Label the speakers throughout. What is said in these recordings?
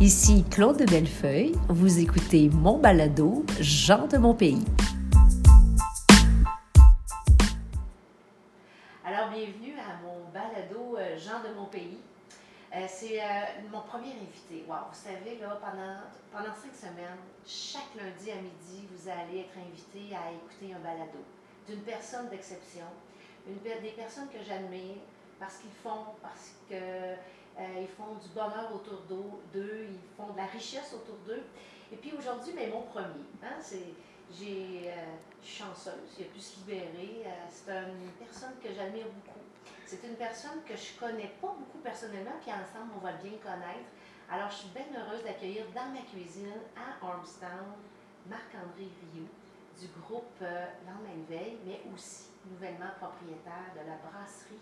Speaker 1: Ici Claude Bellefeuille, vous écoutez mon balado, Jean de mon pays. Alors, bienvenue à mon balado euh, Jean de mon pays. Euh, c'est euh, mon premier invité. Wow, vous savez, là, pendant, pendant cinq semaines, chaque lundi à midi, vous allez être invité à écouter un balado d'une personne d'exception, une per- des personnes que j'admire parce qu'ils font, parce que euh, ils font du bonheur autour d'eau- d'eux, ils font de la richesse autour d'eux. Et puis aujourd'hui, mais mon premier, hein, c'est j'ai euh, je suis chanceuse, il a pu se libérer. euh, c'est une personne que j'admire beaucoup. C'est une personne que je connais pas beaucoup personnellement, puis ensemble, on va bien le connaître. Alors, je suis bien heureuse d'accueillir dans ma cuisine à Armstown Marc-André Rioux du groupe euh, Lendemain de Veille, mais aussi nouvellement propriétaire de la brasserie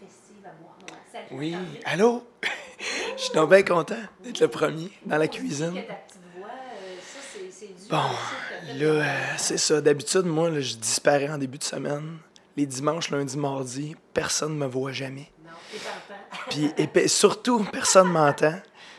Speaker 1: festive à Bois-Noir. Salut,
Speaker 2: Oui,
Speaker 1: Marc-André.
Speaker 2: allô? Je suis donc bien content d'être le premier dans la cuisine.
Speaker 1: Que ta petite voix, euh, ça, c'est- c'est dû
Speaker 2: Bon,
Speaker 1: au sucre que
Speaker 2: Là, euh, c'est ça. D'habitude, moi, là, je disparais en début de semaine. Les dimanches, lundi, mardi, personne ne me voit jamais.
Speaker 1: Non, t'es partant.
Speaker 2: Puis, et pe- surtout, personne m'entend.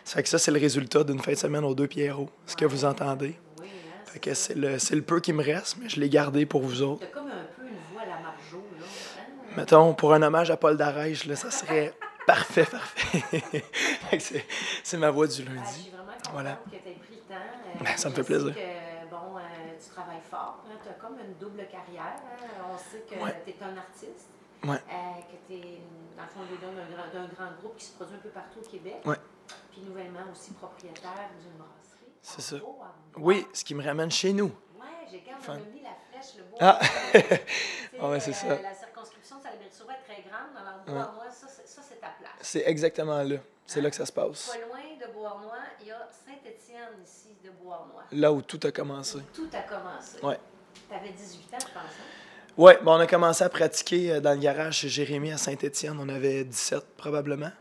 Speaker 2: Ça fait que ça, c'est le résultat d'une fin de semaine aux deux Pierrot, ce que vous entendez.
Speaker 1: Oui, hein,
Speaker 2: Fait
Speaker 1: c'est
Speaker 2: que
Speaker 1: ça.
Speaker 2: c'est le, c'est le peu qui me reste, mais je l'ai gardé pour vous autres.
Speaker 1: T'as comme un peu une voix à la Marjo, là. hein?
Speaker 2: Mettons, pour un hommage à Paul Darèche, là, ça serait parfait, parfait. Fait que c'est- c'est ma voix du
Speaker 1: Ah, je
Speaker 2: lundi.
Speaker 1: suis vraiment contente
Speaker 2: Voilà.
Speaker 1: que tu aies pris le temps.
Speaker 2: Ben, ça me
Speaker 1: je
Speaker 2: fait plaisir.
Speaker 1: sais que, bon, euh, tu travailles fort. Tu as comme une double carrière. hein. On sait que
Speaker 2: Ouais.
Speaker 1: tu es un artiste,
Speaker 2: Ouais.
Speaker 1: euh, que tu es, dans le fond, leader d'un grand, d'un grand groupe qui se produit un peu partout au Québec.
Speaker 2: Ouais.
Speaker 1: Puis nouvellement aussi propriétaire d'une brasserie.
Speaker 2: C'est ça.
Speaker 1: Arbo, Arbo.
Speaker 2: Oui, ce qui me ramène chez nous.
Speaker 1: Ouais, j'ai quand
Speaker 2: Fun.
Speaker 1: même mis la flèche, le bois.
Speaker 2: Ah!
Speaker 1: Tu sais, euh,
Speaker 2: Ouais, c'est ça.
Speaker 1: La circonscription de Salbert-Sauva est très grande. Dans le
Speaker 2: Ouais.
Speaker 1: bois ça, c'est- ça, c'est ta place.
Speaker 2: C'est exactement là. C'est là que ça se passe.
Speaker 1: Pas loin de Beauharnois, il y a Saint-Étienne ici de Beauharnois.
Speaker 2: Là où tout a commencé.
Speaker 1: Tout a commencé.
Speaker 2: Ouais.
Speaker 1: Tu avais 18 ans, je pense. hein?
Speaker 2: Ouais, ben on a commencé à pratiquer euh, dans le garage chez Jérémy à Saint-Étienne. On avait 17 probablement.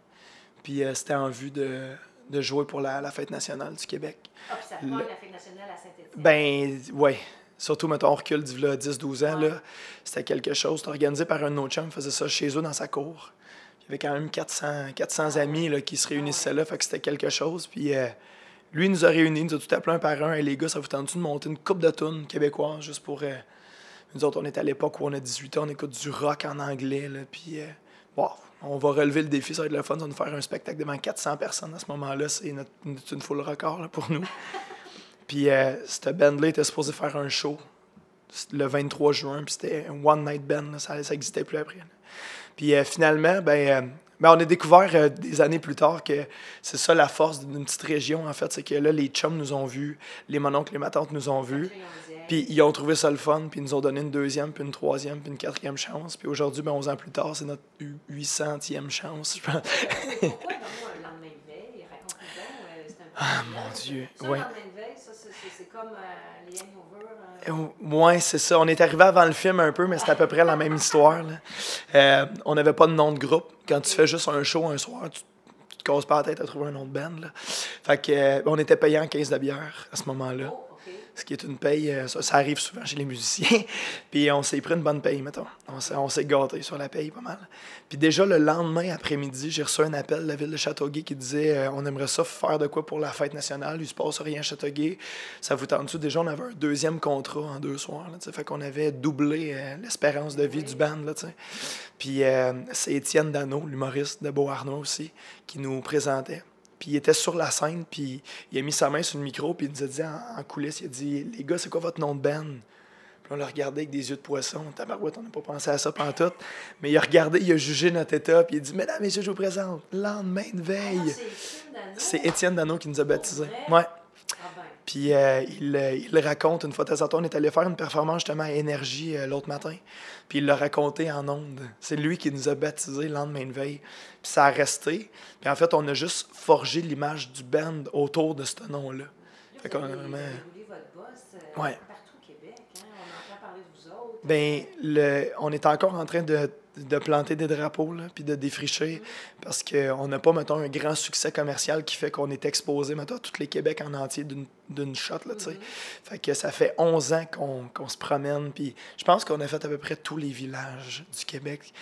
Speaker 2: Puis euh, c'était en vue de, de jouer pour la, la fête nationale du Québec.
Speaker 1: Ah, puis ça
Speaker 2: Le-
Speaker 1: pogne la fête nationale à Saint-Étienne.
Speaker 2: Ben, ouais. Surtout, mettons, on recule d'il y a 10-12 ans,
Speaker 1: Ouais.
Speaker 2: là, c'était quelque chose. C'était organisé par un de nos chums, faisait ça chez eux dans sa cour. Il y avait quand même 400, 400 amis là, qui se réunissaient là, fait que c'était quelque chose. Puis euh, lui, il nous a réunis, il nous a tout appelé un par un. Et les gars, ça vous tente de monter une coupe de tunes québécoise juste pour. euh, Nous autres, on est à l'époque où on a 18 ans, on écoute du rock en anglais, là, puis. euh, wow, on va relever le défi, ça va être le fun, on va nous faire un spectacle devant 400 personnes à ce moment-là. C'est notre- notre- une foule record là, pour nous. Puis euh, cette band-là était supposée faire un show le 23 juin, puis c'était un one-night band, là, ça n'existait plus après. là. Puis euh, finalement, ben, euh, ben, on a découvert euh, des années plus tard que c'est ça la force d'une petite région, en fait, c'est que là, les chums nous ont vus, les mononcles, les matantes nous ont vus,
Speaker 1: Puis là, on disait, hey,
Speaker 2: puis ils ont trouvé ça le fun, puis ils nous ont donné une deuxième, puis une troisième, puis une quatrième chance. Puis aujourd'hui, ben, 11 ans plus tard, c'est notre 800e chance, je pense.
Speaker 1: mais pourquoi non un lendemain de veille? Raconte-nous donc, euh, c'est un peu... Ah,
Speaker 2: mon Dieu,
Speaker 1: Ça,
Speaker 2: ouais.
Speaker 1: un lendemain de veille, ça, c'est- c'est c'est comme euh, les hangovers. euh,
Speaker 2: Ouais, c'est ça. On est arrivé avant le film un peu, mais c'est à peu près la même histoire. là. Euh, on n'avait pas de nom de groupe. Quand tu fais juste un show un soir, tu, tu te causes pas la tête à trouver un nom de band. là. Fait que, euh, on était payant 15 de bière à ce moment-là.
Speaker 1: Oh, OK.
Speaker 2: Ce qui est une paye, euh, ça, ça arrive souvent chez les musiciens. Puis on s'est pris une bonne paye, mettons. On s'est, on s'est gâté sur la paye pas mal. Puis déjà le lendemain après-midi, j'ai reçu un appel de la ville de Châteauguay qui disait euh, On aimerait ça faire de quoi pour la fête nationale. Il se passe rien à Châteauguay. Ça vous tente-tu Déjà, on avait un deuxième contrat en deux soirs. Là, tu sais. fait qu'on avait doublé euh, l'espérance de vie
Speaker 1: Oui.
Speaker 2: du band. Là, tu sais. Puis euh, c'est Étienne Dano, l'humoriste de Beauharnois aussi, qui nous présentait. Puis il était sur la scène, puis il a mis sa main sur le micro, puis il nous a dit en, en coulisses, il a dit « Les gars, c'est quoi votre nom de band? » Puis on l'a regardé avec des yeux de poisson. « Tabarouette, on n'a pas pensé à ça pantoute. » Mais il a regardé, il a jugé notre état, puis il a dit « Mesdames, messieurs, je vous présente, lendemain de
Speaker 1: Ah, c'est
Speaker 2: veille.
Speaker 1: Étienne Dano. »
Speaker 2: C'est Étienne Dano qui nous a baptisés.
Speaker 1: Pour vrai?
Speaker 2: Ouais.
Speaker 1: Ah ben,
Speaker 2: Puis euh, il, euh, il le raconte une fois de temps en temps, on est allé faire une performance justement à Énergie euh, l'autre matin. Puis il l'a raconté en ondes. C'est lui qui nous a baptisés le lendemain de veille. Puis ça a resté. Puis en fait, on a juste forgé l'image du band autour de ce nom-là.
Speaker 1: là,
Speaker 2: Fait
Speaker 1: vous
Speaker 2: qu'on a
Speaker 1: avez- vous
Speaker 2: vraiment-
Speaker 1: avez roulé votre boss euh,
Speaker 2: Ouais.
Speaker 1: partout au Québec. hein. On entend parler de vous autres.
Speaker 2: Ben, le, on est encore en train de de planter des drapeaux, là, puis de défricher, parce qu'on n'a pas, mettons, un grand succès commercial qui fait qu'on est exposé, mettons, à tout le Québec en entier d'une- d'une shot, là, tu sais. Fait que ça fait 11 ans qu'on qu'on se promène, puis je pense qu'on a fait à peu près tous les villages du Québec.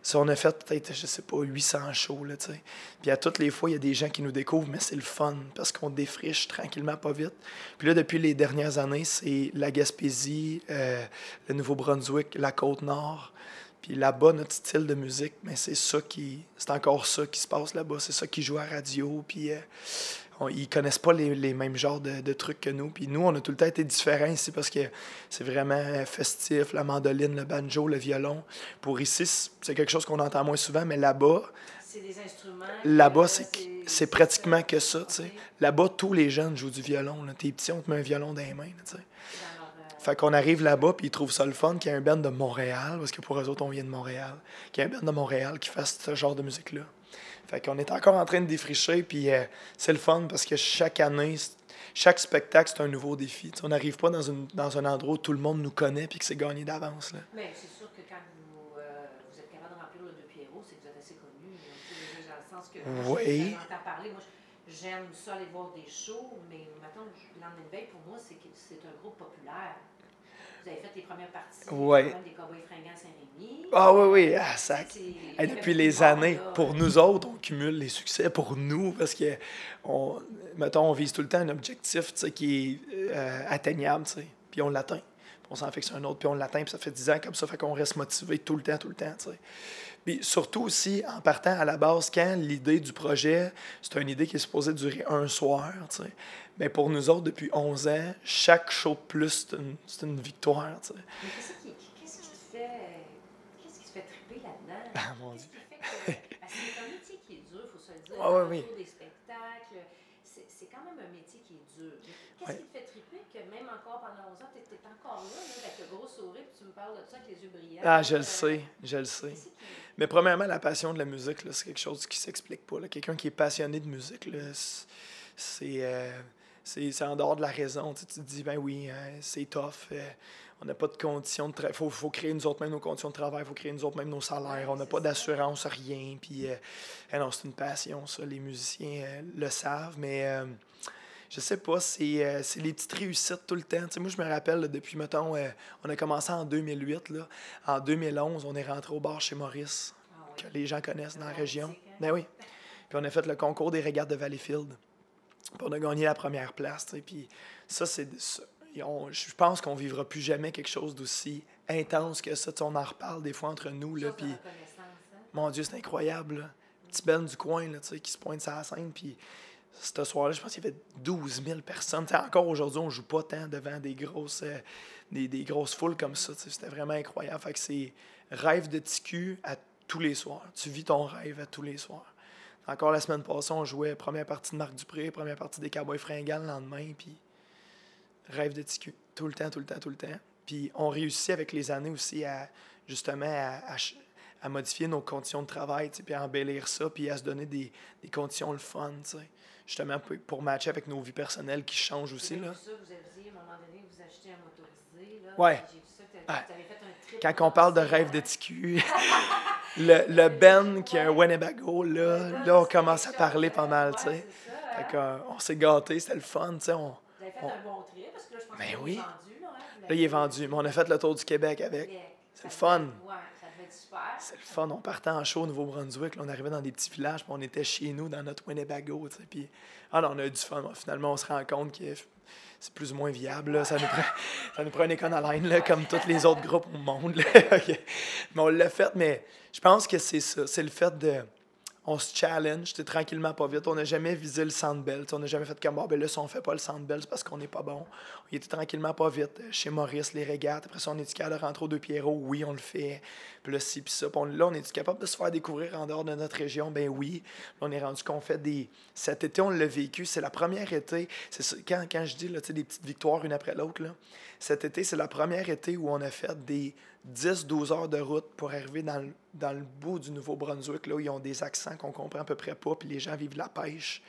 Speaker 2: Ça, on a fait peut-être, je sais pas, 800 shows, là, tu sais. Puis à toutes les fois, il y a des gens qui nous découvrent, mais c'est le fun, parce qu'on défriche tranquillement, pas vite. Puis là, depuis les dernières années, c'est la Gaspésie, euh, le Nouveau-Brunswick, la Côte-Nord. Puis là-bas, notre style de musique, mais c'est ça qui. C'est encore ça qui se passe là-bas. C'est ça qui joue à radio. Puis euh, on- ils connaissent pas les, les mêmes genres de, de trucs que nous. Puis nous, on a tout le temps été différents ici parce que c'est vraiment euh, festif, la mandoline, le banjo, le violon. Pour ici, c'est c'est quelque chose qu'on entend moins souvent, mais là-bas,
Speaker 1: C'est des instruments.
Speaker 2: Là-bas,
Speaker 1: que-
Speaker 2: c'est c'est pratiquement que ça, tu sais. Là-bas, tous les jeunes jouent du violon. là. T'es petit, on te met un violon dans les mains, là, tu sais.
Speaker 1: c'est dans leur, euh,
Speaker 2: Fait qu'on arrive là-bas, puis ils trouvent ça le fun qu'il y ait un band de Montréal, parce que pour eux autres, on vient de Montréal, qu'il y ait un band de Montréal qui fasse ce genre de musique-là. Fait qu'on est encore en train de défricher, puis euh, c'est le fun parce que chaque année, c'est- chaque spectacle, c'est un nouveau défi. Tu sais, on n'arrive pas dans, une- dans un endroit où tout le monde nous connaît, puis que c'est gagné d'avance, là.
Speaker 1: Mais c'est sûr que quand vous, euh, vous êtes capable de remplir le de Pierrot, c'est que vous êtes assez connu. là. Tu sais, je veux dire, Dans le sens que
Speaker 2: Oui.
Speaker 1: quand j'entends parler, moi je- j'aime ça aller voir des shows, mais maintenant l'année de veille pour moi, c'est que c'est un groupe populaire. Vous avez fait les premières parties
Speaker 2: Ouais.
Speaker 1: quand même, des Cowboys fringants à Saint-Rémy.
Speaker 2: Ah oui, oui, ah, sac!
Speaker 1: C'est-
Speaker 2: Hey,
Speaker 1: il y avait
Speaker 2: depuis
Speaker 1: beaucoup de
Speaker 2: les
Speaker 1: monde,
Speaker 2: années,
Speaker 1: là.
Speaker 2: pour nous autres, on cumule les succès pour nous parce que, on, mettons, on vise tout le temps un objectif tu sais, qui est euh, atteignable, tu sais, puis on l'atteint. Puis on s'en fixe un autre, puis on l'atteint, puis ça fait 10 ans comme ça, fait qu'on reste motivé tout le temps, tout le temps. tu sais. Puis surtout aussi, en partant à la base, quand l'idée du projet, c'est une idée qui est supposée durer un soir, tu sais. Mais pour nous autres, depuis 11 ans, chaque show de plus, c'est une, c'est une victoire, tu sais.
Speaker 1: Mais qu'est-ce qui, qu'est-ce qui te fait. Qu'est-ce qui te fait triper là-dedans?
Speaker 2: Ah, mon
Speaker 1: Qu'est-ce
Speaker 2: Dieu.
Speaker 1: qui fait que- Parce que c'est un métier qui est dur, il faut se le dire.
Speaker 2: Ah, oui, oui.
Speaker 1: autour des spectacles, c'est, c'est quand même un métier qui est dur. Mais Qu'est-ce
Speaker 2: Ouais.
Speaker 1: qui te fait triper que même encore pendant 11 ans, tu es encore là, là, avec le gros sourire, puis tu me parles de ça avec les yeux brillants?
Speaker 2: Ah, je le
Speaker 1: Euh,
Speaker 2: sais, je le sais.
Speaker 1: qu'est-ce qui-
Speaker 2: Mais premièrement, la passion de la musique, là, c'est quelque chose qui s'explique pas. là. Quelqu'un qui est passionné de musique, là, c- c'est, euh, c'est, c'est en dehors de la raison. Tu, sais, tu te dis, ben oui, hein, c'est tough. euh, on n'a pas de conditions de travail. Faut, faut créer nous autres même nos conditions de travail. faut créer nous autres même nos salaires.
Speaker 1: Ouais,
Speaker 2: on n'a
Speaker 1: c'est
Speaker 2: pas
Speaker 1: ça.
Speaker 2: d'assurance, rien. Puis, euh, eh non, c'est une passion, ça. Les musiciens euh, le savent, mais... euh, je sais pas, c'est euh, c'est les petites réussites tout le temps. Tu sais, moi, je me rappelle, là, depuis, mettons, euh, on a commencé en 2008. Là. En 2011, on est rentré au bar chez Maurice
Speaker 1: Ah ouais.
Speaker 2: que les gens connaissent dans la
Speaker 1: Ouais,
Speaker 2: région.
Speaker 1: c'est vrai.
Speaker 2: Ben oui. Puis on a fait le concours des régates de Valleyfield. Puis on a gagné la première place. tu sais. Puis ça, c'est. ça- et on- Je pense qu'on vivra plus jamais quelque chose d'aussi intense que ça. Tu sais, on en reparle des fois entre nous. Là,
Speaker 1: Chose de
Speaker 2: puis
Speaker 1: reconnaissance, hein?
Speaker 2: mon Dieu, c'est incroyable. là. Petit Ben du coin là, tu sais, qui se pointe sur la scène. Puis ce soir-là, je pense qu'il y avait 12 000 personnes. Tu sais, encore aujourd'hui, on joue pas tant devant des grosses, euh, des, des grosses foules comme ça. tu sais. C'était vraiment incroyable. Fait que c'est rêve de TQ à tous les soirs. Tu vis ton rêve à tous les soirs. Encore la semaine passée, on jouait première partie de Marc Dupré, première partie des Cowboys Fringants le lendemain. Puis rêve de TQ. Tout le temps, tout le temps, tout le temps. Puis on réussit avec les années aussi à justement à, à ch- à modifier nos conditions de travail, tu sais, puis à embellir ça, puis à se donner des, des conditions le fun, tu sais. justement pour, pour matcher avec nos vies personnelles qui changent aussi.
Speaker 1: J'ai
Speaker 2: Là.
Speaker 1: vu ça, vous aviez, à un moment donné, vous achetez un motorisé. Là,
Speaker 2: Ouais.
Speaker 1: J'ai vu ça, que
Speaker 2: Ah.
Speaker 1: vous avez fait un trip.
Speaker 2: Quand on parle de rêve de TQ, le, le Ben qui a un Winnebago, là, là, on commence à parler pas mal, tu sais. Fait
Speaker 1: sais.
Speaker 2: qu'on- on s'est gâtés, c'était le fun, tu sais. on-
Speaker 1: Vous avez fait
Speaker 2: On-
Speaker 1: un bon trip parce que là, je pense
Speaker 2: Ben
Speaker 1: qu'il
Speaker 2: oui.
Speaker 1: est vendu. Là, hein, vous
Speaker 2: Là,
Speaker 1: l'avez-
Speaker 2: il est vendu, mais on a fait le tour du Québec avec.
Speaker 1: Mais
Speaker 2: C'est
Speaker 1: ça
Speaker 2: le fun.
Speaker 1: devait- Ouais, ça devait être super.
Speaker 2: C'est le fun. On partait en show au Nouveau-Brunswick. là, On arrivait dans des petits villages, puis on était chez nous, dans notre Winnebago. tu sais, Puis, ah non, on a eu du fun. Finalement, on se rend compte que c'est plus ou moins viable. là. Ça, nous prend, ça nous prend une école en ligne, là, comme tous les autres groupes au monde. là. Ok. mais on l'a fait, mais je pense que c'est ça. C'est le fait de. On se challenge, tu sais, tranquillement, pas vite. On n'a jamais visé le Sandbell. On n'a jamais fait comme, ah, ben là, si on fait pas le Sandbell, c'est parce qu'on n'est pas bon. On y était tranquillement, pas vite. Euh, Chez Maurice, les régates. Après ça, on est capable de rentrer aux deux Pierrot. Oui, on le fait. Puis là, ci, puis ça. Puis on- là, on est capable de se faire découvrir en dehors de notre région? Ben oui. Là, on est rendu qu'on fait des. Cet été, on l'a vécu. C'est la première été. C'est ça- quand, quand je dis, là, tu sais, des petites victoires une après l'autre, là. Cet été, c'est la première été où on a fait des 10-12 heures de route pour arriver dans le, dans le bout du Nouveau-Brunswick, là, où ils ont des accents qu'on comprend à peu près pas, puis les gens vivent de la pêche.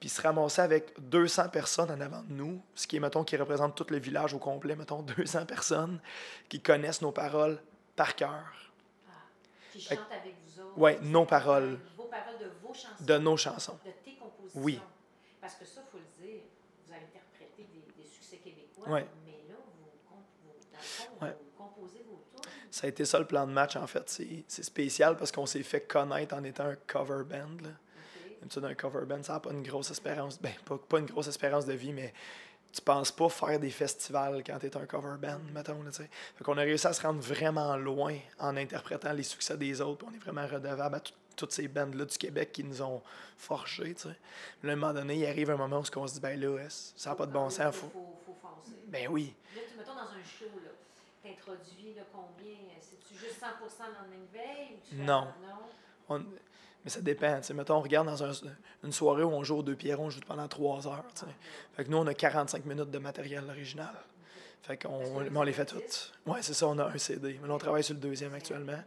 Speaker 2: Puis se ramasser avec 200 personnes en avant de nous, ce qui est, mettons, qui représente tout le village au complet, mettons, 200 personnes qui connaissent nos paroles par cœur.
Speaker 1: Qui chante avec vous autres. Euh,
Speaker 2: Ouais, nos paroles.
Speaker 1: Vos paroles de vos chansons.
Speaker 2: de nos chansons.
Speaker 1: de tes compositions.
Speaker 2: Oui.
Speaker 1: Parce que ça, il faut le dire, vous interprétez des, des succès québécois,
Speaker 2: Ouais.
Speaker 1: mais là, vous, comp- vous- dans le fond,
Speaker 2: Ouais.
Speaker 1: vous composez vos tours.
Speaker 2: Ça a été ça le plan de match, en fait. C'est- C'est spécial parce qu'on s'est fait connaître en étant un cover band. Là. D'habitude, un cover band, ça n'a pas une grosse espérance. Ben, pas, pas une grosse espérance de vie, mais tu penses pas faire des festivals quand tu es un cover band, mettons. Là, tu sais. fait qu'on a réussi à se rendre vraiment loin en interprétant les succès des autres. puis On est vraiment redevable à tout- toutes ces bandes-là du Québec qui nous ont forgés. tu sais. Là, à un moment donné, il arrive un moment où on se dit, ben là, ouais, ça n'a pas de bon sens.
Speaker 1: Il
Speaker 2: Faut...
Speaker 1: faut, faut foncer.
Speaker 2: Ben oui.
Speaker 1: Là, tu mettons dans un show, là. T'introduis là, combien euh, C'est-tu juste 100 le lendemain de veille ou tu fais
Speaker 2: Non.
Speaker 1: un- non?
Speaker 2: On- Mais ça dépend. tu sais. Mettons, on regarde dans un- une soirée où on joue aux deux pierrons, on joue pendant trois heures. tu sais. Fait que nous, on a 45 minutes de matériel original. Fait qu'on
Speaker 1: Parce que
Speaker 2: mais
Speaker 1: vous
Speaker 2: on les fait
Speaker 1: avez
Speaker 2: toutes. Ouais, c'est ça, on a un CD. Mais là, on travaille sur le deuxième actuellement.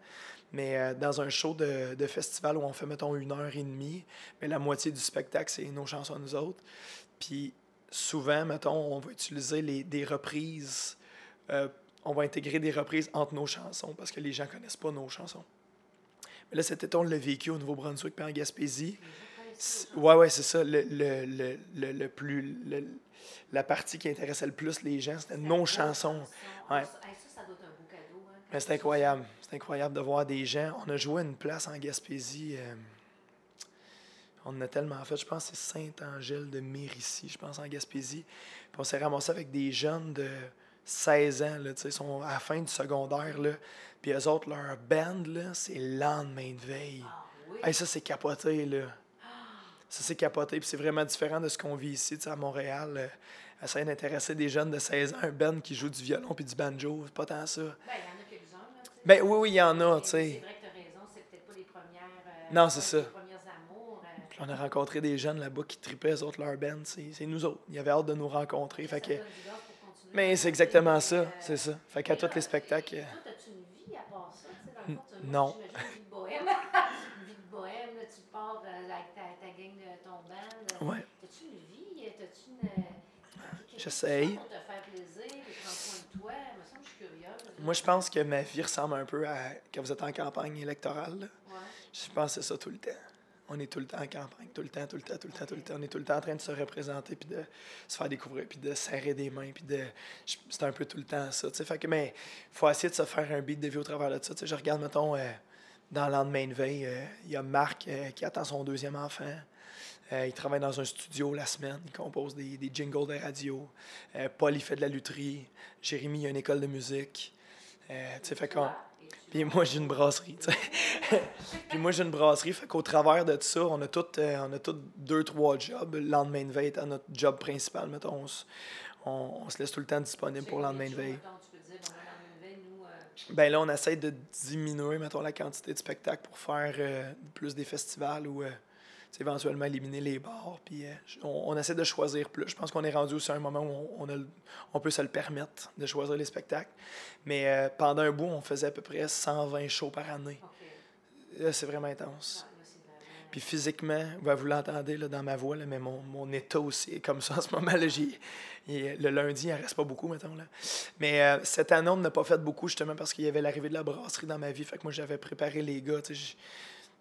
Speaker 2: Mais euh, dans un show de, de festival où on fait, mettons, une heure et demie, mais la moitié du spectacle, c'est nos chansons à nous autres. Puis souvent, mettons, on va utiliser les, des reprises. Euh, on va intégrer des reprises entre nos chansons parce que les gens connaissent pas nos chansons. Mais là, cet été, on l'a vécu au Nouveau-Brunswick puis en Gaspésie.
Speaker 1: Les gens connaissent ça,
Speaker 2: C'est- Ouais, ouais, c'est ça. Le, le, le, le, le plus, le- la partie qui intéressait le plus les gens, c'était
Speaker 1: les gens.
Speaker 2: nos
Speaker 1: Ça doit être
Speaker 2: chansons.
Speaker 1: une chanson.
Speaker 2: Ouais.
Speaker 1: Ah, Ça, ça doit être un beau cadeau. hein.
Speaker 2: Mais c'est incroyable. C'est incroyable de voir des gens. On a joué à une place en Gaspésie. euh, on en a tellement fait. Je pense que c'est Saint-Angèle de Mérici, je pense, en Gaspésie. Puis on s'est ramassé avec des jeunes de 16 ans, là, tu sais, sont à la fin du secondaire, là. Puis eux autres, leur band, là, c'est le lendemain de veille.
Speaker 1: Ah oui.
Speaker 2: Hey, ça, c'est capoté, là. Ça, c'est capoté. Puis c'est vraiment différent de ce qu'on vit ici, tu sais, à Montréal. Euh, essayer d'intéresser des jeunes de 16 ans, un band qui joue du violon puis du banjo, c'est pas tant ça.
Speaker 1: Ben, il y en a quelques-uns, là. tu sais.
Speaker 2: Ben oui, oui, il y en a,
Speaker 1: Mais
Speaker 2: tu
Speaker 1: C'est
Speaker 2: sais.
Speaker 1: vrai que t'as raison, c'est peut-être pas les premières. euh,
Speaker 2: Non, c'est
Speaker 1: les
Speaker 2: ça.
Speaker 1: premiers amours. euh,
Speaker 2: Puis on a rencontré des jeunes là-bas qui tripaient, eux autres, leur band. C'est c'est nous autres. Ils avaient hâte de nous rencontrer.
Speaker 1: ça
Speaker 2: Fait que...
Speaker 1: donne du gaz pour continuer.
Speaker 2: Mais c'est exactement ça,
Speaker 1: Euh,
Speaker 2: c'est ça. Fait qu'à
Speaker 1: mais là,
Speaker 2: tous les spectacles... euh,
Speaker 1: et Toi, t'as-tu une vie à part ça? Tu sais, dans le fond, tu-
Speaker 2: non.
Speaker 1: moi, J'imagine une vie de bohème. une vie de bohème, là, tu pars euh, avec ta, ta gang de ton band.
Speaker 2: Ouais.
Speaker 1: T'as-tu une vie? T'as-tu une. euh,
Speaker 2: J'essaye.
Speaker 1: quelque chose Pour te faire plaisir, et prendre soin de toi. Il me semble que je suis curieuse.
Speaker 2: Moi, je pense que ma vie ressemble un peu à quand vous êtes en campagne électorale. là.
Speaker 1: Ouais.
Speaker 2: Je pense que c'est ça tout le temps. On est tout le temps en campagne, tout le temps, tout le temps, tout le temps, tout le temps. On est tout le temps en train de se représenter, puis de se faire découvrir, puis de serrer des mains, puis de... je- C'est un peu tout le temps ça, tu sais. Fait que, mais faut essayer de se faire un beat de vie au travers de ça. Tu sais, je regarde, mettons, euh, dans le lendemain de veille, euh, il y a Marc euh, qui attend son deuxième enfant. Euh, il travaille dans un studio la semaine, il compose des, des jingles de radio. Euh, Paul, il fait de la lutherie. Jérémy, il a une école de musique. Euh, tu sais, fait qu'on...
Speaker 1: Et tu-
Speaker 2: Puis moi, j'ai une brasserie, tu sais. Puis moi, j'ai une brasserie. Fait qu'au travers de tout ça, on a toutes euh, on a toutes deux, trois jobs. Le lendemain de veille étant notre job principal, mettons. On se, on- on se laisse tout le temps disponible pour le lendemain de veille.
Speaker 1: Mettons, tu peux dire, bon, le lendemain de veille, nous, euh,
Speaker 2: Ben là, on essaie de diminuer, mettons, la quantité de spectacles pour faire euh, plus des festivals ou euh, tu sais, éventuellement éliminer les bars. Puis euh, j- on, on essaie de choisir plus. Je pense qu'on est rendu aussi à un moment où on, on a le- on peut se le permettre de choisir les spectacles. Mais euh, pendant un bout, on faisait à peu près 120 shows par année.
Speaker 1: OK.
Speaker 2: Là, c'est vraiment
Speaker 1: Ah,
Speaker 2: intense.
Speaker 1: là, c'est vraiment-
Speaker 2: Puis physiquement, ben, vous l'entendez là, dans ma voix, là, mais mon, mon état aussi est comme ça en ce moment. Là, J'ai- il- le lundi, il en reste pas beaucoup, mettons. Là. Mais euh, cette année, on n'a pas fait beaucoup, justement, parce qu'il y avait l'arrivée de la brasserie dans ma vie. Fait que moi, j'avais préparé les gars. tu sais, j-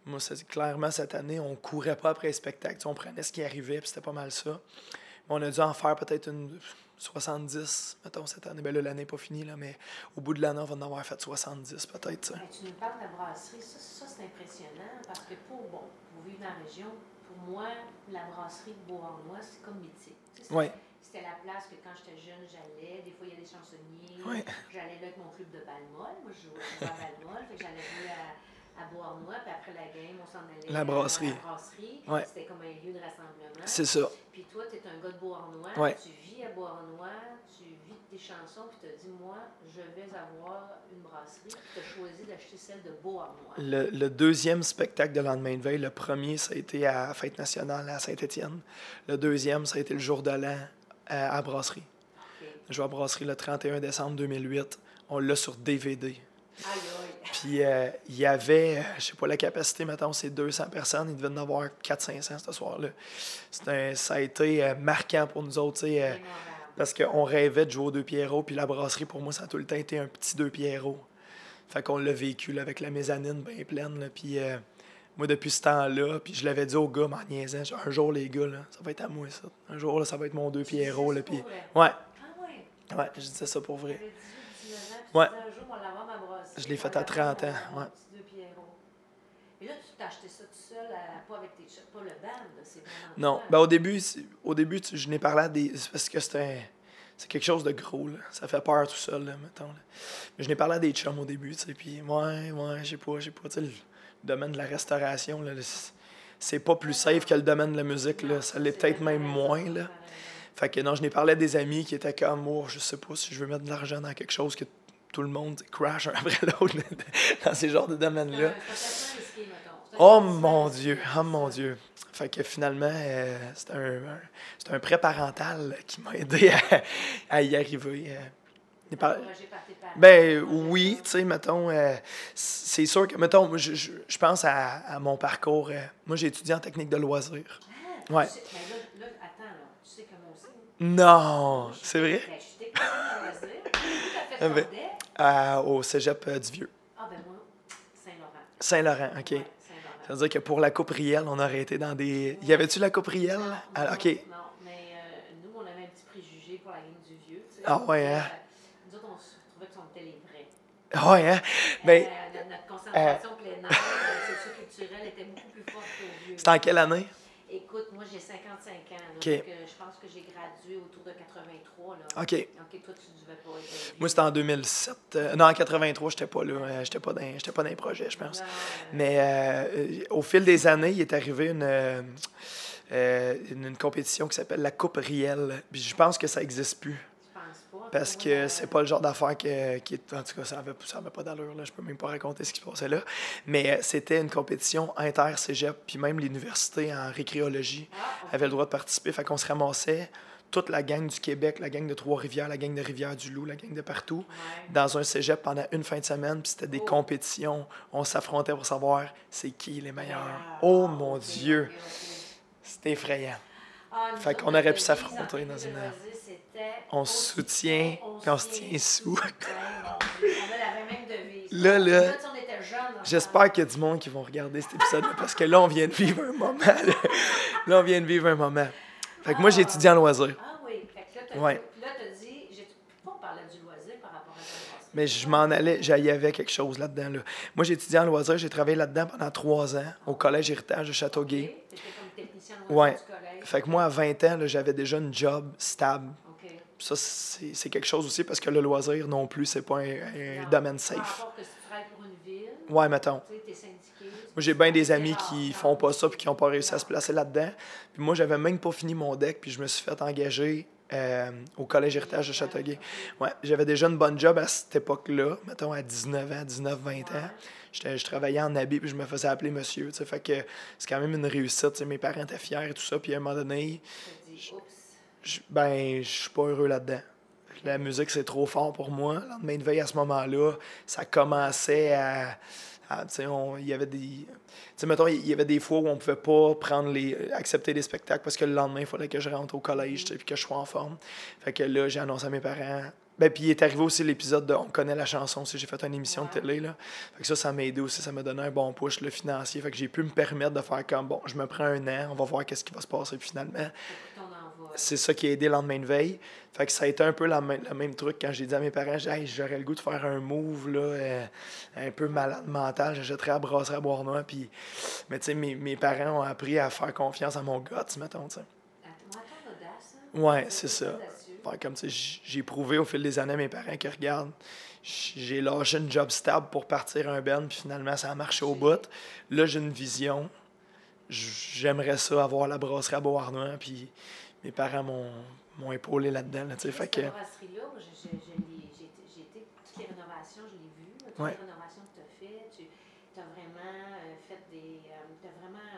Speaker 2: Moi, c'est- clairement, cette année, on courait pas après les spectacles. Tu sais, On prenait ce qui arrivait, puis c'était pas mal ça. Mais on a dû en faire peut-être une 70, mettons, cette année. Ben là, l'année n'est pas finie, là, mais au bout de l'année, on va en avoir fait 70, peut-être. tu sais.
Speaker 1: Ben, tu nous parles de la brasserie, ça, ça c'est impressionnant parce que pour, bon, pour vivre dans la région, pour moi, la brasserie de Beauharnois, c'est comme métier. Tu sais, c'est-
Speaker 2: Ouais.
Speaker 1: C'était la place que quand j'étais jeune, j'allais. Des fois, il y a des chansonniers.
Speaker 2: Ouais.
Speaker 1: J'allais là avec mon club de balmol. Moi, je jouais au balmol. Fait que j'allais jouer à, à Beauharnois. Puis après la game, on s'en allait
Speaker 2: La
Speaker 1: à-
Speaker 2: brasserie.
Speaker 1: à la brasserie.
Speaker 2: Ouais.
Speaker 1: C'était comme un lieu de rassemblement.
Speaker 2: C'est ça.
Speaker 1: Puis toi, tu es un gars de Beauharnois,
Speaker 2: Ouais.
Speaker 1: tu vis à Beauharnois, tu vis tes chansons, puis tu as dit, moi, je vais avoir une brasserie. Puis tu as choisi d'acheter celle de Beauharnois.
Speaker 2: Le, le deuxième spectacle de lendemain de veille, le premier, ça a été à Fête nationale à Saint-Étienne. Le deuxième, ça a été le jour de l'an euh, à Brasserie.
Speaker 1: OK.
Speaker 2: Je joue à Brasserie le 31 décembre 2008. On l'a sur DVD.
Speaker 1: Aïe, aïe.
Speaker 2: Puis euh, il y avait, euh, je sais pas, la capacité, mettons, c'est 200 personnes. Il devait en avoir 400-500 ce soir-là. C'est un- Ça a été euh, marquant pour nous autres, tu sais, euh,
Speaker 1: Mémorable.
Speaker 2: parce qu'on rêvait de jouer aux Deux Pierrots. Puis la brasserie, pour moi, ça a tout le temps été un petit Deux Pierrots. Fait qu'on l'a vécu là, avec la mezzanine bien pleine. Là, puis euh, moi, depuis ce temps-là, puis je l'avais dit aux gars, m'en niaisant, un jour, les gars, là, ça va être à moi, ça. Un jour, là, ça va être mon deux Pierrot. Là, puis... Ouais,
Speaker 1: Ah ouais.
Speaker 2: ouais, je disais ça pour vrai.
Speaker 1: J'avais 18, 19 ans,
Speaker 2: Ouais.
Speaker 1: puis je disais, un jour, on va l'avoir, ma brosse.
Speaker 2: Je l'ai faite
Speaker 1: On
Speaker 2: à
Speaker 1: l'avoir,
Speaker 2: 30 ans,
Speaker 1: mon
Speaker 2: ouais.
Speaker 1: petit deux Pierrot. Et là, tu t'es acheté ça tout seul, à- pas avec tes chats, pas le band, là, c'est vraiment.
Speaker 2: Non.
Speaker 1: toi.
Speaker 2: Ben, au début, c'est- au début tu- je n'ai parlé à des. c'est parce que c'est un- C'est quelque chose de gros, là. Ça fait peur tout seul, là, mettons. là. Mais je n'ai parlé à des chums au début, tu sais. Puis, ouais, ouais, j'ai pas, j'ai pas. Tu sais, le domaine de la restauration, là, le- c'est pas plus safe que le domaine de la musique, là.
Speaker 1: Non,
Speaker 2: Ça l'est
Speaker 1: c'est
Speaker 2: peut-être
Speaker 1: vrai,
Speaker 2: même
Speaker 1: t'as
Speaker 2: moins,
Speaker 1: raison,
Speaker 2: là.
Speaker 1: t'as raison.
Speaker 2: Fait que non, je n'ai parlé à des amis qui étaient comme, oh, je sais pas si je veux mettre de l'argent dans quelque chose que tout le monde tu sais, crash un après l'autre dans ces genres de
Speaker 1: C'est
Speaker 2: domaines-là.
Speaker 1: un- euh, c'est complètement risqué, mettons. C'est un
Speaker 2: Oh
Speaker 1: investissement
Speaker 2: mon
Speaker 1: risqué.
Speaker 2: Dieu, oh mon Dieu. Fait que finalement, euh, c'est un, un- c'est un prêt parental là, qui m'a aidé à, à y arriver. euh. Les par-
Speaker 1: Encouragé par tes parents.
Speaker 2: Ben oui, tu sais, mettons, euh, c'est sûr que, mettons, moi, je, je- je pense à, à mon parcours. euh, moi, j'ai étudié en technique de loisirs.
Speaker 1: Ah,
Speaker 2: Ouais.
Speaker 1: Tu sais, ben là, là, attends, là, tu sais comment aussi. hein?
Speaker 2: Non, c'est vrai?
Speaker 1: Ben, je suis technicienne en loisirs. Tout à fait
Speaker 2: Ah ben.
Speaker 1: ton deck.
Speaker 2: À- au cégep euh, du Vieux,
Speaker 1: Ah, ben moi, Saint-Laurent.
Speaker 2: Saint-Laurent, OK.
Speaker 1: Ouais, Saint-Laurent.
Speaker 2: Ça veut dire que pour la coupe Riel, on aurait été dans des. Y avait-tu la coupe Riel?
Speaker 1: Non,
Speaker 2: Ah,
Speaker 1: non,
Speaker 2: OK.
Speaker 1: Non, mais euh, nous, on avait un petit préjugé pour la ligne du vieux. tu sais.
Speaker 2: Ah ouais, hein?
Speaker 1: Euh, nous autres, on se trouvait qu'on était les vrais.
Speaker 2: Ouais, hein? Ben,
Speaker 1: Euh, notre- notre concentration plein air, notre culture culturelle était beaucoup plus forte qu'au vieux.
Speaker 2: c'était en quelle année?
Speaker 1: Écoute, moi, j'ai 55 ans. là,
Speaker 2: OK.
Speaker 1: donc, euh, je pense que j'ai gradué autour de 83. Là.
Speaker 2: OK.
Speaker 1: OK, toi, tu devais pas être.
Speaker 2: Moi, c'était en 2007. Euh, non, en 83, j'étais pas là. Euh, j'étais pas dans, j'étais pas dans les projets, je pense. Mais euh, euh, au fil des années, il est arrivé une, euh, euh, une, une compétition qui s'appelle la Coupe Riel. Puis je pense que ça n'existe plus.
Speaker 1: Je pense pas.
Speaker 2: Parce
Speaker 1: Moi,
Speaker 2: que
Speaker 1: euh,
Speaker 2: c'est pas le genre d'affaire que- qui est. En tout cas, ça avait, ça avait pas d'allure. Là. Je peux même pas raconter ce qui se passait là. Mais euh, c'était une compétition inter-cégep. Puis même l'université en récréologie
Speaker 1: Ah, ok.
Speaker 2: avait le droit de participer. Fait qu'on se ramassait, toute la gang du Québec, la gang de Trois-Rivières, la gang de Rivière-du-Loup, la gang de partout
Speaker 1: oh, Ouais.
Speaker 2: dans un cégep pendant une fin de semaine, puis c'était des
Speaker 1: Oh.
Speaker 2: compétitions. On s'affrontait pour savoir c'est qui les meilleurs.
Speaker 1: Ah,
Speaker 2: Oh mon
Speaker 1: ok,
Speaker 2: Dieu,
Speaker 1: ok, ok.
Speaker 2: c'était effrayant.
Speaker 1: Ah, nous
Speaker 2: Fait
Speaker 1: autres,
Speaker 2: qu'on
Speaker 1: notre
Speaker 2: aurait pu
Speaker 1: devise en
Speaker 2: s'affronter dans
Speaker 1: technique
Speaker 2: une-
Speaker 1: de loisirs, c'était
Speaker 2: On se soutient, puis on se tient sous.
Speaker 1: Ouais, mon Dieu, on a la même devise.
Speaker 2: Là, là,
Speaker 1: Nous autres, on était jeunes. ensemble.
Speaker 2: J'espère qu'il y a du monde qui vont regarder cet épisode-là, parce que là, on vient de vivre un moment. Là, Là, on vient de vivre un moment. Fait que moi, j'ai étudié en loisirs.
Speaker 1: Ah oui, fait que là, t'as
Speaker 2: Ouais.
Speaker 1: là, t'as dit, j'ai pourquoi on parlait du loisir par rapport à ton passé?
Speaker 2: Mais je m'en allais, j'y avais quelque chose là-dedans. là. Moi, j'ai étudié en loisirs, j'ai travaillé là-dedans pendant trois ans au Collège Héritage de Châteauguay.
Speaker 1: Ok, T'étais comme technicien de
Speaker 2: Ouais.
Speaker 1: loisirs du collège.
Speaker 2: Fait que moi, à 20 ans, là, j'avais déjà une job stable.
Speaker 1: OK.
Speaker 2: Ça, c'est c'est quelque chose aussi parce que le loisir non plus, c'est pas un, un
Speaker 1: Non,
Speaker 2: euh,
Speaker 1: Ah
Speaker 2: domaine
Speaker 1: Par
Speaker 2: safe.
Speaker 1: rapport que si tu travailles pour une ville,
Speaker 2: Ouais, mettons.
Speaker 1: tu sais, t'es syndiqué.
Speaker 2: Moi, j'ai bien des amis qui font pas ça puis qui ont pas réussi à se placer là-dedans. Puis moi, j'avais même pas fini mon deck puis je me suis fait engager euh, au Collège Héritage de Châteauguay. Ouais, j'avais déjà une bonne job à cette époque-là, mettons à 19 ans, 19, 20 ans. J'étais- Je travaillais en habit puis je me faisais appeler monsieur, tu sais. Fait que c'est quand même une réussite, tu sais. Mes parents étaient fiers et tout ça. Puis à un moment donné,
Speaker 1: Je dis, oups.
Speaker 2: je- ben, je suis pas heureux là-dedans. La musique, c'est trop fort pour moi. Le lendemain de veille, à ce moment-là, ça commençait à. à, tu sais, on- il y avait des. Tu sais, mettons, il y avait des fois où on pouvait pas prendre les, accepter des spectacles parce que le lendemain, il fallait que je rentre au collège, tu sais, puis que je sois en forme. Fait que là, j'ai annoncé à mes parents. Ben, puis il est arrivé aussi l'épisode de On connaît la chanson, si j'ai fait une émission de
Speaker 1: Ouais.
Speaker 2: télé, là. Fait que ça, ça m'a aidé aussi, ça m'a donné un bon push, le financier. Fait que j'ai pu me permettre de faire comme, bon, je me prends un an, on va voir qu'est-ce qui va se passer, puis finalement
Speaker 1: Écoute, on envoie.
Speaker 2: c'est ça qui a aidé le lendemain de veille. Fait que ça a été un peu la même- le même truc quand j'ai dit à mes parents, j'ai dit, Hey, j'aurais le goût de faire un move là, euh, un peu malade mental, j'achèterais à brasserie à Bois-Noir. Puis, mais tu sais, mes, mes parents ont appris à faire confiance à mon guts, mettons. tu sais.
Speaker 1: Attends, attends, l'audace, hein?
Speaker 2: Ouais, c'est ça.
Speaker 1: audacieux.
Speaker 2: Fait que comme tu sais, j- j'ai prouvé au fil des années à mes parents que regarde, j- j'ai lâché une job stable pour partir un ben, puis finalement ça a marché au bout. Là, j'ai une vision. J- J'aimerais ça avoir la brasserie à Beauharnois, puis mes parents m'ont m'ont épaulé là-dedans. là, tu sais. fait
Speaker 1: Cette
Speaker 2: que,
Speaker 1: brasserie-là, moi, je- je- je l'ai- j'ai été- j'ai été toutes les rénovations, je l'ai vu, toutes
Speaker 2: Ouais.
Speaker 1: les rénovations que tu as faites, tu as vraiment euh, fait des. tu as vraiment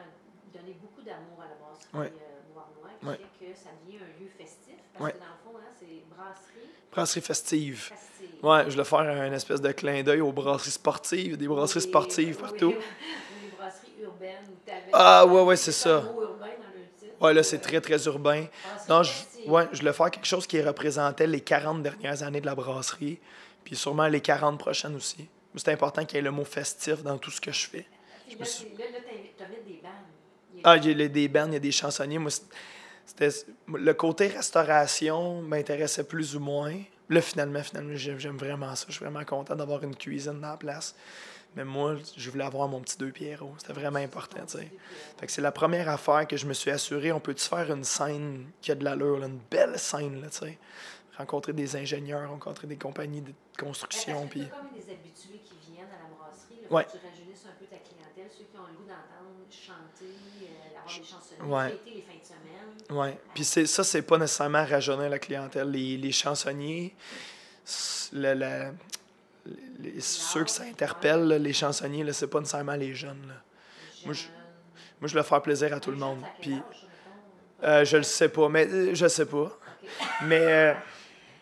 Speaker 1: donné beaucoup d'amour à la brasserie
Speaker 2: Ouais.
Speaker 1: euh, Bois-Noir, qui
Speaker 2: Ouais.
Speaker 1: fait que ça devient un lieu festif, parce
Speaker 2: Ouais.
Speaker 1: que dans le fond, hein, c'est brasserie
Speaker 2: brasserie festive.
Speaker 1: festive.
Speaker 2: Ouais, je voulais faire un espèce de clin d'œil aux brasseries sportives, des
Speaker 1: Des-
Speaker 2: brasseries sportives
Speaker 1: oui,
Speaker 2: partout.
Speaker 1: ou les brasseries urbaines où t'avais-
Speaker 2: Ah, ouais, ouais, c'est
Speaker 1: t'avais
Speaker 2: ça.
Speaker 1: le mot urbain dans le titre,
Speaker 2: Ouais, là,
Speaker 1: ou,
Speaker 2: c'est
Speaker 1: euh,
Speaker 2: très, très urbain.
Speaker 1: brasserie
Speaker 2: Non, je,
Speaker 1: festive.
Speaker 2: ouais, je voulais faire quelque chose qui représentait les 40 dernières années de la brasserie, puis sûrement les 40 prochaines aussi. C'est important qu'il y ait le mot festif dans tout ce que je fais.
Speaker 1: Et là,
Speaker 2: suis-
Speaker 1: t'es- là, là, t'invites- t'invites des bandes. Il y a-
Speaker 2: Ah, il y a les- des bands, il y a des chansonniers. Moi, c'est- c'était le côté restauration m'intéressait plus ou moins. Là, finalement, finalement, j'aime j'aime vraiment ça. Je suis vraiment content d'avoir une cuisine dans la place. Mais moi, je voulais avoir mon petit deux Pierrot. C'était vraiment important, tu sais. Fait que c'est la première affaire que je me suis assuré. On peut-tu faire une scène qui a de l'allure, là, une belle scène, là, tu sais? Rencontrer des ingénieurs, rencontrer des compagnies de
Speaker 1: Ben,
Speaker 2: construction,
Speaker 1: parce que
Speaker 2: puis...
Speaker 1: t'as comme des habitués qui viennent à la brasserie, là,
Speaker 2: Ouais.
Speaker 1: faut que tu rajeunisses un peu ta clientèle, ceux qui ont le goût d'entendre chanter, euh, avoir des chansonniers,
Speaker 2: Ouais.
Speaker 1: fêter les fins de semaine.
Speaker 2: Ouais. Puis c'est, ça, c'est pas nécessairement rajeunir la clientèle. Les, les chansonniers, s- le- la- les- ceux que ça interpelle, là, les chansonniers, là, c'est pas nécessairement les jeunes. là.
Speaker 1: les
Speaker 2: Moi, je-
Speaker 1: jeunes.
Speaker 2: Moi, je veux faire plaisir à tout
Speaker 1: Les
Speaker 2: le
Speaker 1: jeunes,
Speaker 2: monde.
Speaker 1: ça a quel
Speaker 2: Puis,
Speaker 1: âge, mettons?
Speaker 2: euh, je le sais pas, mais euh, je sais pas.
Speaker 1: Ok.
Speaker 2: Mais euh,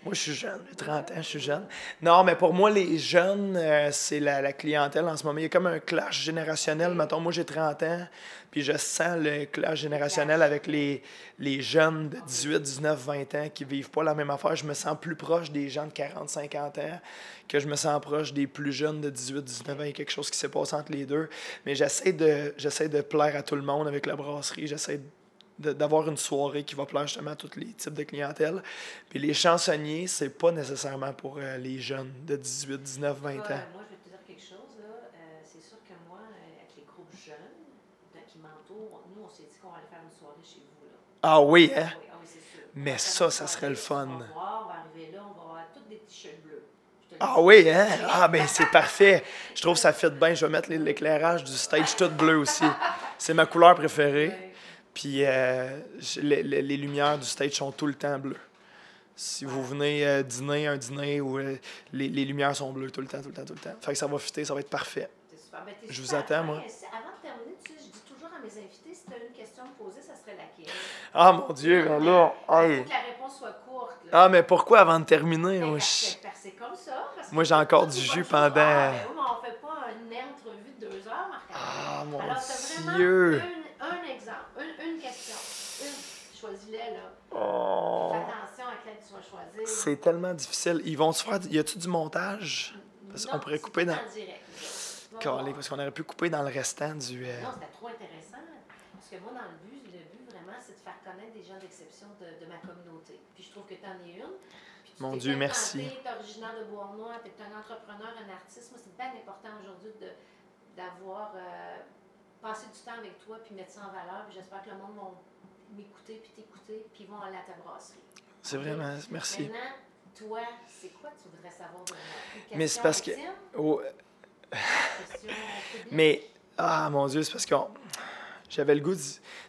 Speaker 2: moi, je suis jeune, j'ai 30 ans, je suis jeune. Non, mais pour moi, les jeunes, euh, c'est la, la clientèle en ce moment. Il y a comme un clash générationnel. Mettons, moi, j'ai 30 ans, puis je sens le clash générationnel avec les, les jeunes de 18, 19, 20 ans qui vivent pas la même affaire. Je me sens plus proche des gens de 40, 50 ans que je me sens proche des plus jeunes de 18, 19 ans. Il y a quelque chose qui se passe entre les deux. Mais j'essaie de, j'essaie de plaire à tout le monde avec la brasserie. J'essaie de- d'avoir une soirée qui va plaire justement à tous les types de clientèle. Puis les chansonniers, c'est pas nécessairement pour euh, les jeunes de 18, 19, 20
Speaker 1: Moi,
Speaker 2: ans.
Speaker 1: euh, moi, je vais te dire quelque chose. là. Euh, c'est sûr que moi, euh, avec les groupes jeunes de- qui m'entourent, nous, on s'est dit qu'on allait faire une soirée chez vous. Là.
Speaker 2: Ah oui, hein?
Speaker 1: Oui, ah oui, c'est sûr.
Speaker 2: Mais
Speaker 1: On va faire
Speaker 2: ça,
Speaker 1: une
Speaker 2: ça
Speaker 1: soirée,
Speaker 2: serait le fun.
Speaker 1: On va voir, on va arriver là, on va avoir tous des t-shirts bleus. Je te le
Speaker 2: Ah
Speaker 1: dis.
Speaker 2: oui, hein? Ah ben c'est parfait. Je trouve que ça fit bien. Je vais mettre l'éclairage du stage tout bleu aussi. C'est ma couleur préférée.
Speaker 1: Ouais.
Speaker 2: Puis euh, j- les, les- les lumières du stage sont tout le temps bleues. Si vous venez euh, dîner, un dîner où euh, les, les lumières sont bleues tout le temps, tout le temps, tout le temps. Fait que ça va fitter, ça va être parfait.
Speaker 1: C'est super. Ben, t'es
Speaker 2: Je vous
Speaker 1: super
Speaker 2: attends,
Speaker 1: fin.
Speaker 2: moi.
Speaker 1: Si- Avant de terminer, tu sais, je dis toujours à mes invités, si tu as une question à me poser, ça serait laquelle?
Speaker 2: Ah mon Dieu, ben là,
Speaker 1: Il faut
Speaker 2: hey.
Speaker 1: que la réponse soit courte. là.
Speaker 2: Ah mais pourquoi avant de terminer?
Speaker 1: Ben,
Speaker 2: moi,
Speaker 1: parce
Speaker 2: je-
Speaker 1: que- parce que C'est comme ça. parce que
Speaker 2: Moi, j'ai encore
Speaker 1: tout
Speaker 2: du
Speaker 1: est pas
Speaker 2: jus
Speaker 1: toujours, Ah,
Speaker 2: pendant-
Speaker 1: ben oui, mais on fait pas une entrevue de deux heures, marc
Speaker 2: Ah mon
Speaker 1: Alors, c'est vraiment
Speaker 2: Dieu!
Speaker 1: une- un exemple, une, une question. Une, choisis-la, là.
Speaker 2: Oh.
Speaker 1: Fais attention à laquelle tu vas choisir.
Speaker 2: C'est tellement difficile. Ils vont se faire. Y a-tu du montage? parce qu'on
Speaker 1: Non,
Speaker 2: pourrait
Speaker 1: c'est
Speaker 2: couper
Speaker 1: tout
Speaker 2: dans-
Speaker 1: en direct. Va voir.
Speaker 2: Calé, parce qu'on aurait pu couper dans le restant du. euh,
Speaker 1: Non, c'était trop intéressant. Parce que moi, dans le but, le but vraiment, c'est de faire connaître des gens d'exception de, de ma communauté. Puis je trouve que tu en es une. Puis tu
Speaker 2: Mon
Speaker 1: t'es
Speaker 2: Dieu,
Speaker 1: inventé,
Speaker 2: merci.
Speaker 1: t'es originaire de Bois-Noir, tu es un entrepreneur, un artiste. Moi, c'est bien important aujourd'hui de- d'avoir euh, passé du temps avec toi, puis mettre ça en valeur. Puis j'espère que le monde va m'écouter, puis t'écouter, puis ils vont aller à ta brasserie.
Speaker 2: C'est vraiment. Merci.
Speaker 1: Maintenant, toi, c'est quoi que tu voudrais savoir de moi? Une
Speaker 2: Mais c'est parce que-
Speaker 1: question
Speaker 2: Oh,
Speaker 1: intime, une question publique?
Speaker 2: mais. Ah mon Dieu, c'est parce que j'avais le goût de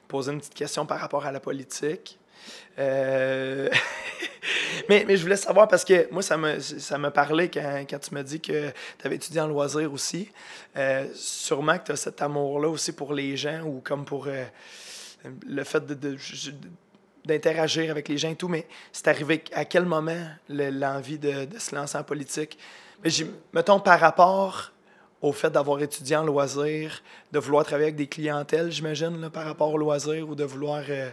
Speaker 2: poser une petite question par rapport à la politique. Euh, mais, mais je voulais savoir parce que moi, ça me, ça me parlait quand, quand tu m'as dit que tu avais étudié en loisir aussi. Euh, sûrement que tu as cet amour-là aussi pour les gens ou comme pour euh, le fait de- de- je- de- d'interagir avec les gens et tout. Mais c'est arrivé à quel moment le- l'envie de, de se lancer en politique? Mais j'im- mettons par rapport au fait d'avoir étudié en loisir, de vouloir travailler avec des clientèles, j'imagine, là, par rapport au loisir ou de vouloir. euh,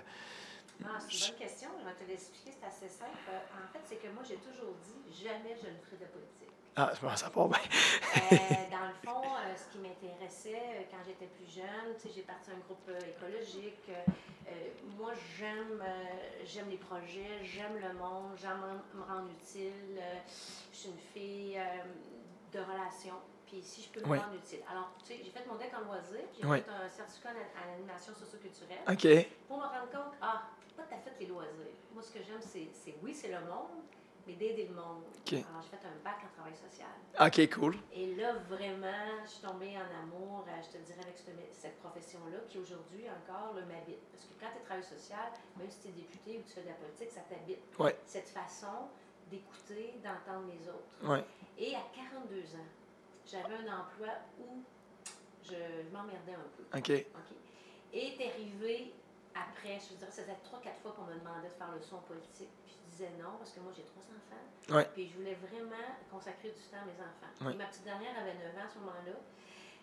Speaker 1: Ah, c'est une bonne question. Je vais te l'expliquer. C'est assez simple. Euh, En fait, c'est que moi, j'ai toujours dit jamais je ne ferai de politique.
Speaker 2: Ah, bon, ça part bien.
Speaker 1: Euh, dans le fond, euh, ce qui m'intéressait euh, quand j'étais plus jeune, tu sais, j'ai parti à un groupe euh, écologique. euh, euh, moi, j'aime euh, j'aime les projets, j'aime le monde, j'aime en- me rendre utile. euh, je suis une fille euh, de relations. Puis si je peux me
Speaker 2: Oui.
Speaker 1: rendre utile. Alors, tu sais, j'ai fait mon deck en loisir. J'ai
Speaker 2: Oui.
Speaker 1: fait un certificat en, en animation socioculturelle
Speaker 2: OK.
Speaker 1: pour me rendre compte, ah, pas tout à fait les loisirs. Moi, ce que j'aime, c'est, c'est- oui, c'est le monde, mais d'aider le monde.
Speaker 2: OK.
Speaker 1: Alors, j'ai fait un bac en travail social.
Speaker 2: OK, cool.
Speaker 1: Et là, vraiment, je suis tombée en amour, euh, je te dirais, avec cette, cette profession-là qui, aujourd'hui, encore, là, m'habite. Parce que quand tu es travail social, même si tu es député ou tu fais de la politique, ça t'habite.
Speaker 2: Ouais.
Speaker 1: Cette façon d'écouter, d'entendre les autres.
Speaker 2: Ouais.
Speaker 1: Et à 42 ans, j'avais un emploi où je, je m'emmerdais un peu.
Speaker 2: OK.
Speaker 1: OK. Et t'es arrivé après, je veux dire, ça faisait trois, quatre fois qu'on me demandait de faire le son politique. Puis je disais non, parce que moi, j'ai trois enfants.
Speaker 2: Ouais.
Speaker 1: Puis je voulais vraiment consacrer du temps à mes enfants.
Speaker 2: Ouais.
Speaker 1: Et ma petite dernière avait 9 ans à ce moment-là.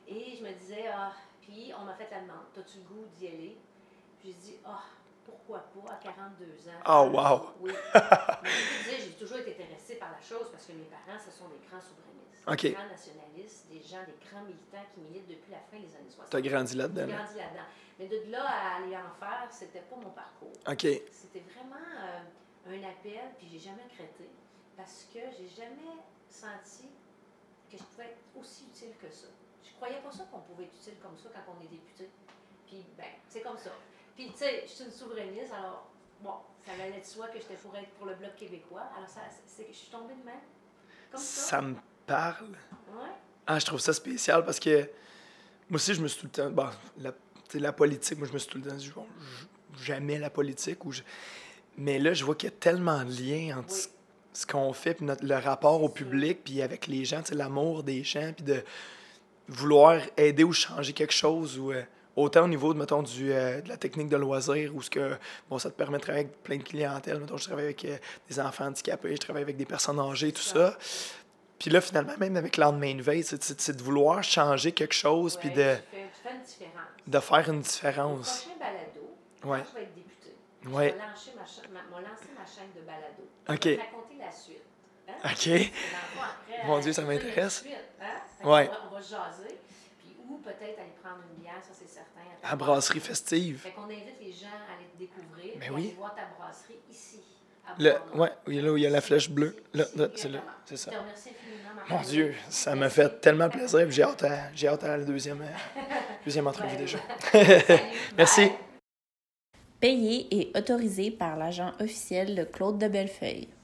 Speaker 1: Et je me disais, ah, puis on m'a fait la demande, t'as-tu le goût d'y aller? Puis j'ai dit, ah, pourquoi pas, à 42 ans.
Speaker 2: Ah, wow!
Speaker 1: Oui. Mais je disais, j'ai toujours été intéressée par la chose parce que mes parents, ce sont des grands souverainistes,
Speaker 2: OK.
Speaker 1: des grands nationalistes, des gens, des grands militants qui militent depuis la fin des années 60.
Speaker 2: T'as grandi là-dedans.
Speaker 1: J'ai
Speaker 2: là.
Speaker 1: grandi là-dedans. Mais de là à aller en faire, c'était pas mon parcours.
Speaker 2: OK.
Speaker 1: C'était vraiment euh, un appel, puis j'ai jamais regretté, parce que j'ai jamais senti que je pouvais être aussi utile que ça. Je croyais pas ça qu'on pouvait être utile comme ça quand on est député. Puis, ben, c'est comme ça. Puis, tu sais, je suis une souverainiste, alors, bon, ça allait de soi que j'étais pour être pour le Bloc québécois. Alors, ça, c'est, je suis tombée de même. Comme ça.
Speaker 2: Ça me parle.
Speaker 1: Ouais.
Speaker 2: Ah, je trouve ça spécial parce que moi aussi, je me suis tout le temps. Bon, la, tu sais, la politique, moi, je me suis tout le temps dit, bon, j- jamais la politique. Ou je- Mais là, je vois qu'il y a tellement de liens entre
Speaker 1: Oui.
Speaker 2: ce- ce qu'on fait, puis notre- le rapport au
Speaker 1: C'est sûr.
Speaker 2: public, puis avec les gens, tu sais, l'amour des gens, puis de vouloir aider ou changer quelque chose. ou euh, Autant au niveau, de, mettons, du, euh, de la technique de loisir, ou ce que bon, ça te permet de travailler avec plein de clientèles. Mettons, je travaille avec euh, des enfants handicapés, je travaille avec des personnes âgées, tout
Speaker 1: C'est
Speaker 2: ça. Puis là, finalement, même avec lendemain de veille, c'est- c'est c'est de vouloir changer quelque chose, puis de,
Speaker 1: Ouais, Tu fais, tu fais une différence.
Speaker 2: de faire une
Speaker 1: Au
Speaker 2: différence.
Speaker 1: prochain balado,
Speaker 2: Ouais.
Speaker 1: quand je vais être députée,
Speaker 2: Ouais.
Speaker 1: je vais lancer ma, cha- ma- m'ont lancé ma chaîne de balado.
Speaker 2: OK.
Speaker 1: Je vais te raconter la suite. Hein?
Speaker 2: OK.
Speaker 1: Dans le fond, après,
Speaker 2: Mon
Speaker 1: euh,
Speaker 2: Dieu, ça
Speaker 1: tu sais,
Speaker 2: m'intéresse.
Speaker 1: il y a une suite, hein? Fait
Speaker 2: Ouais.
Speaker 1: qu'on va- On va jaser. Puis, ou peut-être aller prendre une bière, ça c'est certain.
Speaker 2: À brasserie festive.
Speaker 1: Fait qu'on invite les gens à aller te découvrir.
Speaker 2: Ben
Speaker 1: et à
Speaker 2: oui.
Speaker 1: aller voir ta brasserie ici. à
Speaker 2: Là,
Speaker 1: Bourgmont.
Speaker 2: ouais, oui, là où il y a la flèche bleue.
Speaker 1: Ici,
Speaker 2: Là,
Speaker 1: ici,
Speaker 2: là, c'est là,
Speaker 1: exactement.
Speaker 2: c'est
Speaker 1: Je
Speaker 2: ça.
Speaker 1: te remercie infiniment, Marc.
Speaker 2: Mon Dieu, ça me fait tellement plaisir, puis j'ai hâte à, j'ai hâte à la deuxième, euh, deuxième entrevue
Speaker 1: Ouais.
Speaker 2: déjà.
Speaker 1: Salut,
Speaker 2: Merci.
Speaker 1: bye.
Speaker 3: payé et autorisé par l'agent officiel de Claude de Bellefeuille.